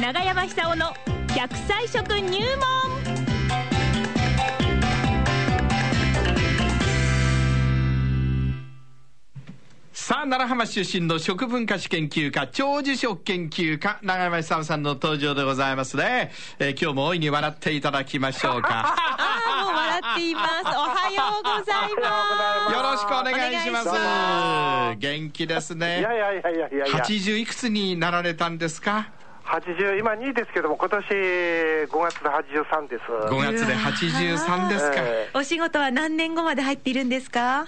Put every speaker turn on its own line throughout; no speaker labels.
長山久夫の100歳食入門
さあ奈良浜出身の食文化史研究家長寿食研究家長山久夫さんの登場でございますね、えー今日も大いに笑っていただきましょうか
ああもう笑っていますおはようございま
よろしくお願いします
お願
元気です
いや
ね
いやいやいやいやいや、
80いくつになられたんですか
80、今2位ですけども、今年5月で83です。
5月で83ですか
え
すお仕事は何年後まで入っているんですか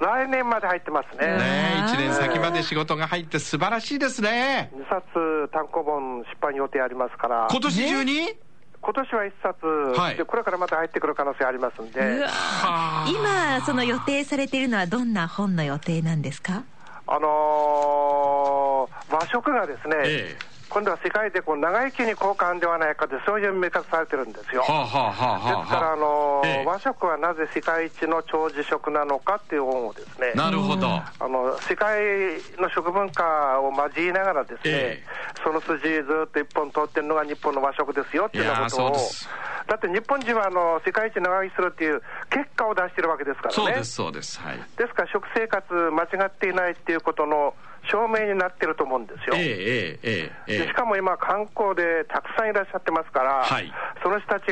ー来年まで入ってますね。
ねえ、1年先まで仕事が入って素晴らしいですね
2冊単行本出版予定ありますから、
今年中に、
今年は1冊、
はい
でこれからまた入ってくる可能性ありますんで、
うわ
はあ
今その予定されているのはどんな本の予定なんですか
あのー和食がですね、
ええ
今度は世界でこう長生きに交換ではないかって、そういう見方されてるんですよ。
はあはあはあ
です
はあ
から、あのー
ええ
和食はなぜ世界一の長寿食なのかっていう本をですね、
なるほど
あの世界の食文化を交えながらですね、
ええ
その筋ずっと一本通ってるのが日本の和食ですよっていうようなこと
いやーそう
を
です
だって日本人はあの世界一長生きするっていう結果を出してるわけですからね
そうですそうですはい
ですから食生活間違っていないっていうことの証明になってると思うんですよ、
ええええええ
でしかも今、観光でたくさんいらっしゃってますから、
はい
その人たち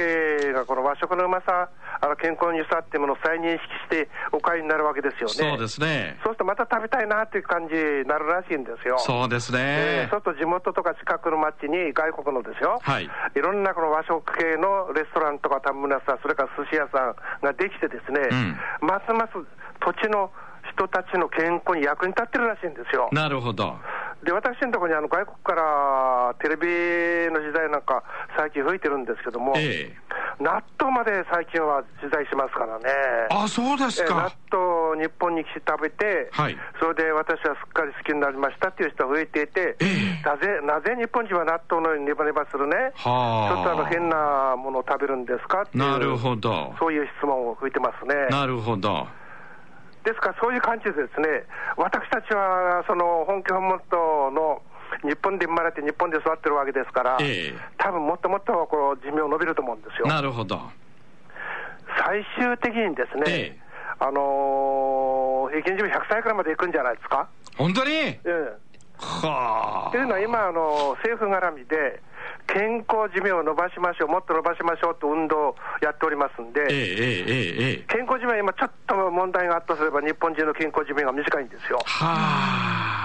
がこの和食のうまさ、あの健康に良さっていうものを再認識してお買いになるわけですよね。
そうですね
そうするとまた食べたいなっていう感じになるらしいんですよ。
そうですね
えーそうすると地元とか近くの町に外国のですよ、
はい
ろんなこの和食系のレストランとかタンムラさん、それから寿司屋さんができてですね、ますます土地の人たちの健康に役に立ってるらしいんですよ。
なるほど
で、私のところにあの外国からテレビの時代なんか最近吹いてるんですけども、
ええ
納豆まで最近は時代しますからね。
あそうです
えー納
か
豆を日本に来て食べて、
はい
それで私はすっかり好きになりましたっていう人が増えていて、
ええ
なぜなぜ日本人は納豆のようにネバネバするね、ち
はあ
ょっとあの変なものを食べるんですかっていう、
なるほど
そういう質問を増えてますね。
なるほど
ですから、そういう感じでですね、私たちはその本家本元の日本で生まれて、日本で育ってるわけですから、
ええ
多分もっともっとこう寿命伸びると思うんですよ。
なるほど
最終的にですね、
ええ
あのー平均寿命100歳くらいまでいくんじゃないですか。
本当に
ええ
はあ
というのは今、あのー政府絡みで、健康寿命を伸ばしましょう、もっと伸ばしましょうと運動をやっておりますん
えええ
で、
えええ
健康寿命は今、ちょっと問題があったとすれば、日本人の健康寿命が短いんですよ。
はあ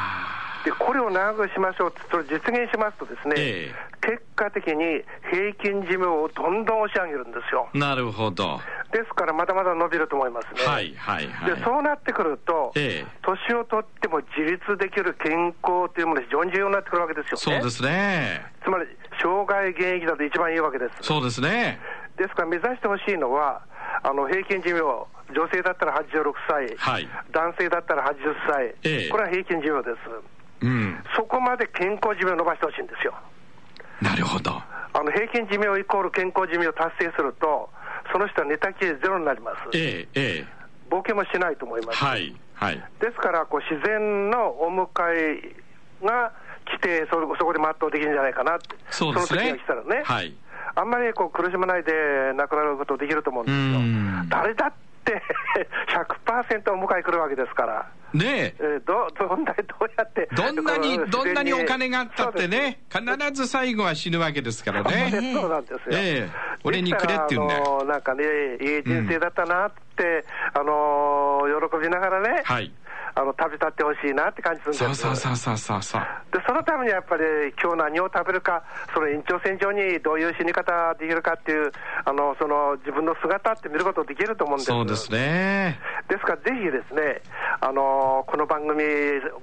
で、これを長くしましょうって、それを実現しますとですね、
え
結果的に平均寿命をどんどん押し上げるんですよ。
なるほど
ですから、まだまだ伸びると思いますね。
はいはいはい
でそうなってくると、
ええ
年を取っても自立できる健康というものが非常に重要になってくるわけですよ
そ
ね。
うですね
つまり、生涯現役だと一番いいわけです。
そうですね
ですから、目指してほしいのは、あの平均寿命、女性だったら86歳、
はい
男性だったら80歳、
ええ
これは平均寿命です。
うん
そこまで健康寿命を伸ばしてほしいんですよ。
なるほど
あの平均寿命イコール健康寿命を達成すると、その人は寝たきりゼロになります。
ええええ
冒険もしないと思います。
はいはい
ですからこう自然のお迎えが来てそそこで全うできるんじゃないかなって
そうですね
の時が来たらね、
はい
あんまりこう苦しまないで亡くなることできると思うんで
う
す
ん
よ誰だって 100%お迎え来るわけですから、
ねえ
えーどどんなにどうやって
どんなに
この、
どんなにお金があっ
そ
たっ
うです
てね、必ず最後は死ぬわけですからね。
そうなんですよ。
ええ俺にくれって言うんだよ
ですからあのなんかね、いい人生だったなって、あの喜びながらね、
はい。
あの旅立ってほしいなって感じす
そ
るん
う
です
そうそうそうそうそう。
でそのためにはやっぱり、今日何を食べるか、その延長線上にどういう死に方できるかっていう、あのその自分の姿って見ることできると思うんです
そうですね。
ですから、ぜひですね、あのこの番組、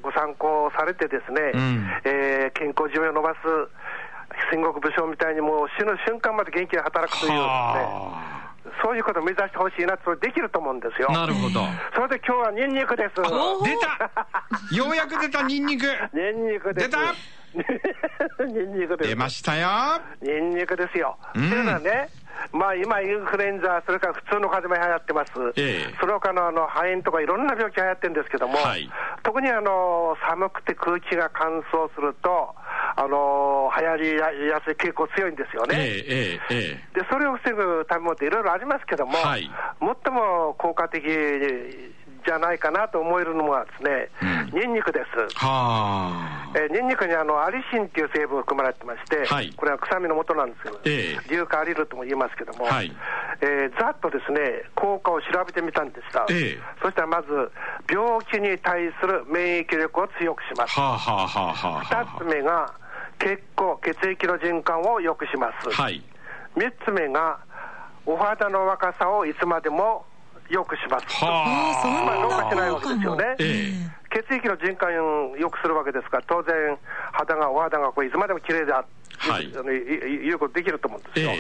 ご参考されて、ですね、
うん
えー健康寿命を伸ばす、戦国武将みたいに、もう死ぬ瞬間まで元気に働くという
は
です、ね、そういうことを目指してほしいな、それできると思うんですよ。
あ。なるほど。
それで今日はニンニクです。
出たようやく出たニンニク
ニンニクです。
出 た
ニンニクです。
出ましたよ
ニンニクですよ。
うん
っていうのはね、まあ今、インフルエンザ、それから普通の風邪も流行ってます、
ええ
その他のあの肺炎とかいろんな病気流行ってるんですけども、
はい
特にあの寒くて空気が乾燥すると、あの流行りやすい傾向強いんですよ
え
ね。
ええええ
で、それを防ぐためもっていろいろありますけども、
はい
最も効果的じゃないかなと思えるのはですね、ニンニクです。
えはあ。
えーニンニクにあのアリシンっていう成分が含まれてまして、
はい
これは臭みの元なんですけど、
ええ
硫化アリルとも言いますけども、
はい
えーざっとですね、効果を調べてみたんでした。
ええ
そしたらまず、病気に対する免疫力を強くします。
はあはあはあはあは
二つ目が、血行、血液の循環を良くします。
あ。はい。
三つ目が、お肌の若さをいつまでも良くします。
あーそん
はあ。
な
まあ、老化しないわ
効
けで
果
すよ
も
ね。。
え
血液の循環を良くするわけですから、当然、肌が、お肌がこういつまでも綺麗だ、
はい
あのいい言うことできると思うんで
え
すよ。
え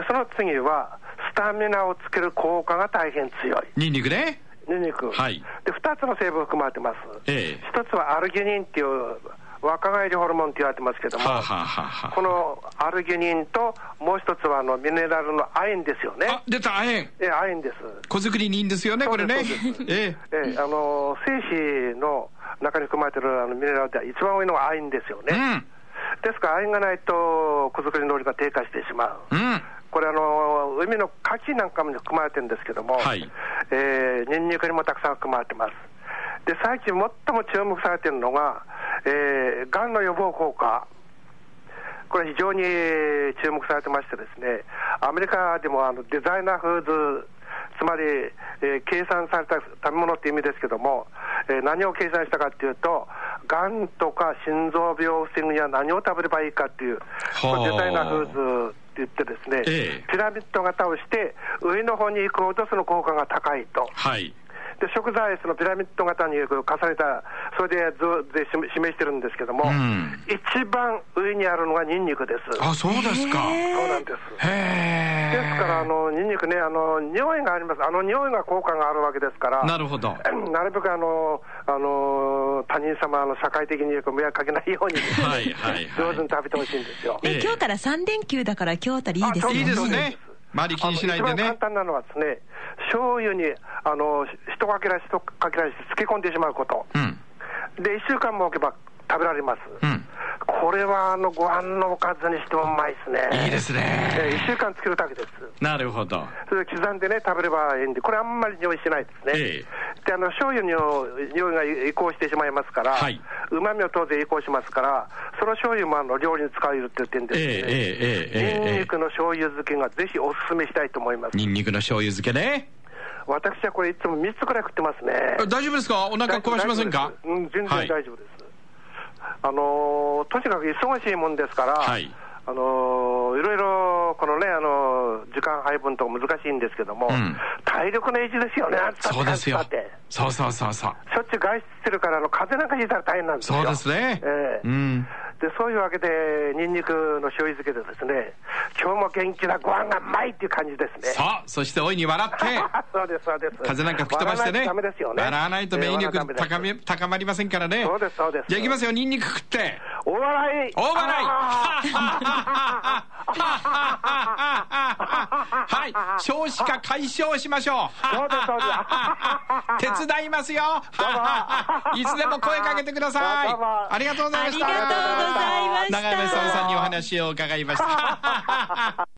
で、その次は、スタミナをつける効果が大変強い。
えニンニクね。
ニンニク。
はい
で、二つの成分含まれてます。
ええ
一つはアルギニンっていう、若返りホルモンって言われてますけども、
はあはあはあはあ。
このアルギニンと、もう一つはあのミネラルの亜鉛ですよね。
あ、出た、亜鉛。
ええ、亜鉛です。
小作りにいいんですよね、これね
そうですそう。
え
ええあの精子の中に含まれてるあのミネラルって一番多いのが亜鉛ですよ
え。う
ね。
ん。
ですから亜鉛がないと、子作り能力が低下してしま
う
う。
ん。
これあの、海の牡蠣なんかも含まれてるんですけども、
はい
えーニンニクにもたくさん含まれてます。で、最近最も注目されてるのが、えー、がんの予防効果。これ非常に注目されてましてですね、アメリカでもあのデザイナーフーズ、つまり、えー計算された食べ物っていう意味ですけども、えー何を計算したかっていうと、がんとか心臓病を防ぐには何を食べればいいかっていう、これデザイナーフーズって言ってですね、
ええ
ピラミッド型をして、上の方に行くほどその効果が高いと。
はい。
で、食材、そのピラミッド型に重ねた、それで図で示示してるんですけども、
うん
一番上にあるのがニンニクです。そ
あ、そうですか。へ
うなんです。
え。
ですから、あの、ニンニクね、あの、匂いがあります。あの匂いが効果があるわけですから。
なるほど。
なるべくあの、あの、他人様の社会的に迷惑かけないように、
はいはいはい
上手に食べてほしいんですよ。
ええ
ね、今日から3連休だから今日あたりいいですよ
あ
ね。
いいです
そう
ね。周り気にしない
あ
で
の一番
ね。
簡単なのはですね、醤油に、あの、ひとかけらひとかけらして漬け込んでしまうこと。
うん。
で、一週間も置けば食べられます。
うん
これは、あの、ご飯のおかずにしてもうまいですね。
いいですね
えー一週間漬けるだけです。
なるほど。
それで刻んでね、食べればいいんで、これあんまり匂いしないですね。
え
で、あの、醤油の匂いが移行してしまいますから
はい、
うまみを当然移行しますから、その醤油もあの料理に使えるって言ってるん
ええ
ですね。
ええええ
ニン
え
ニクの醤油漬けがぜひおすすめしたいと思います
え。。ニンニクの醤油漬けね。
私はこれいつも3つくらい食ってますね。
あ大丈夫ですかお腹壊しませんか
大丈夫ですうん、全然
はい
大丈夫です。あのーとにかく忙しいもんですから、
はい
あのーいろいろ、このね、あのー時間配分とか難しいんですけども、
うん
体力の維持ですよね、暑さって
そうですよ
暑さって。。
そうそうそうそう。
しょっちゅう外出してるから、あの風邪なんかひいたら大変なんですよ。
そうですね。
ええ
うん。
でそういうわけで、ニンニクの醤油漬けでですね、今日も元気なご飯がうまいっていう感じですね。
そう、そして大いに笑って。
そうです、そうです。
風なんか吹き飛ばしてね。
笑わないとダメですよね。
笑わないと免疫
えー笑わ
力
なきゃダ
高
メで
め、高まりませんからね。
そうですそうです
じゃあ行きますよ、ニンニク食って。
すお笑い。
大笑い
あ
はい、少子化解消しましょう。
そうですそうで
手
す
伝いますよ。いつでも声かけてください
どうも。
ありがとうござい
あ
まし
り
た。
がとうございました。
長山さんにお話を伺いました。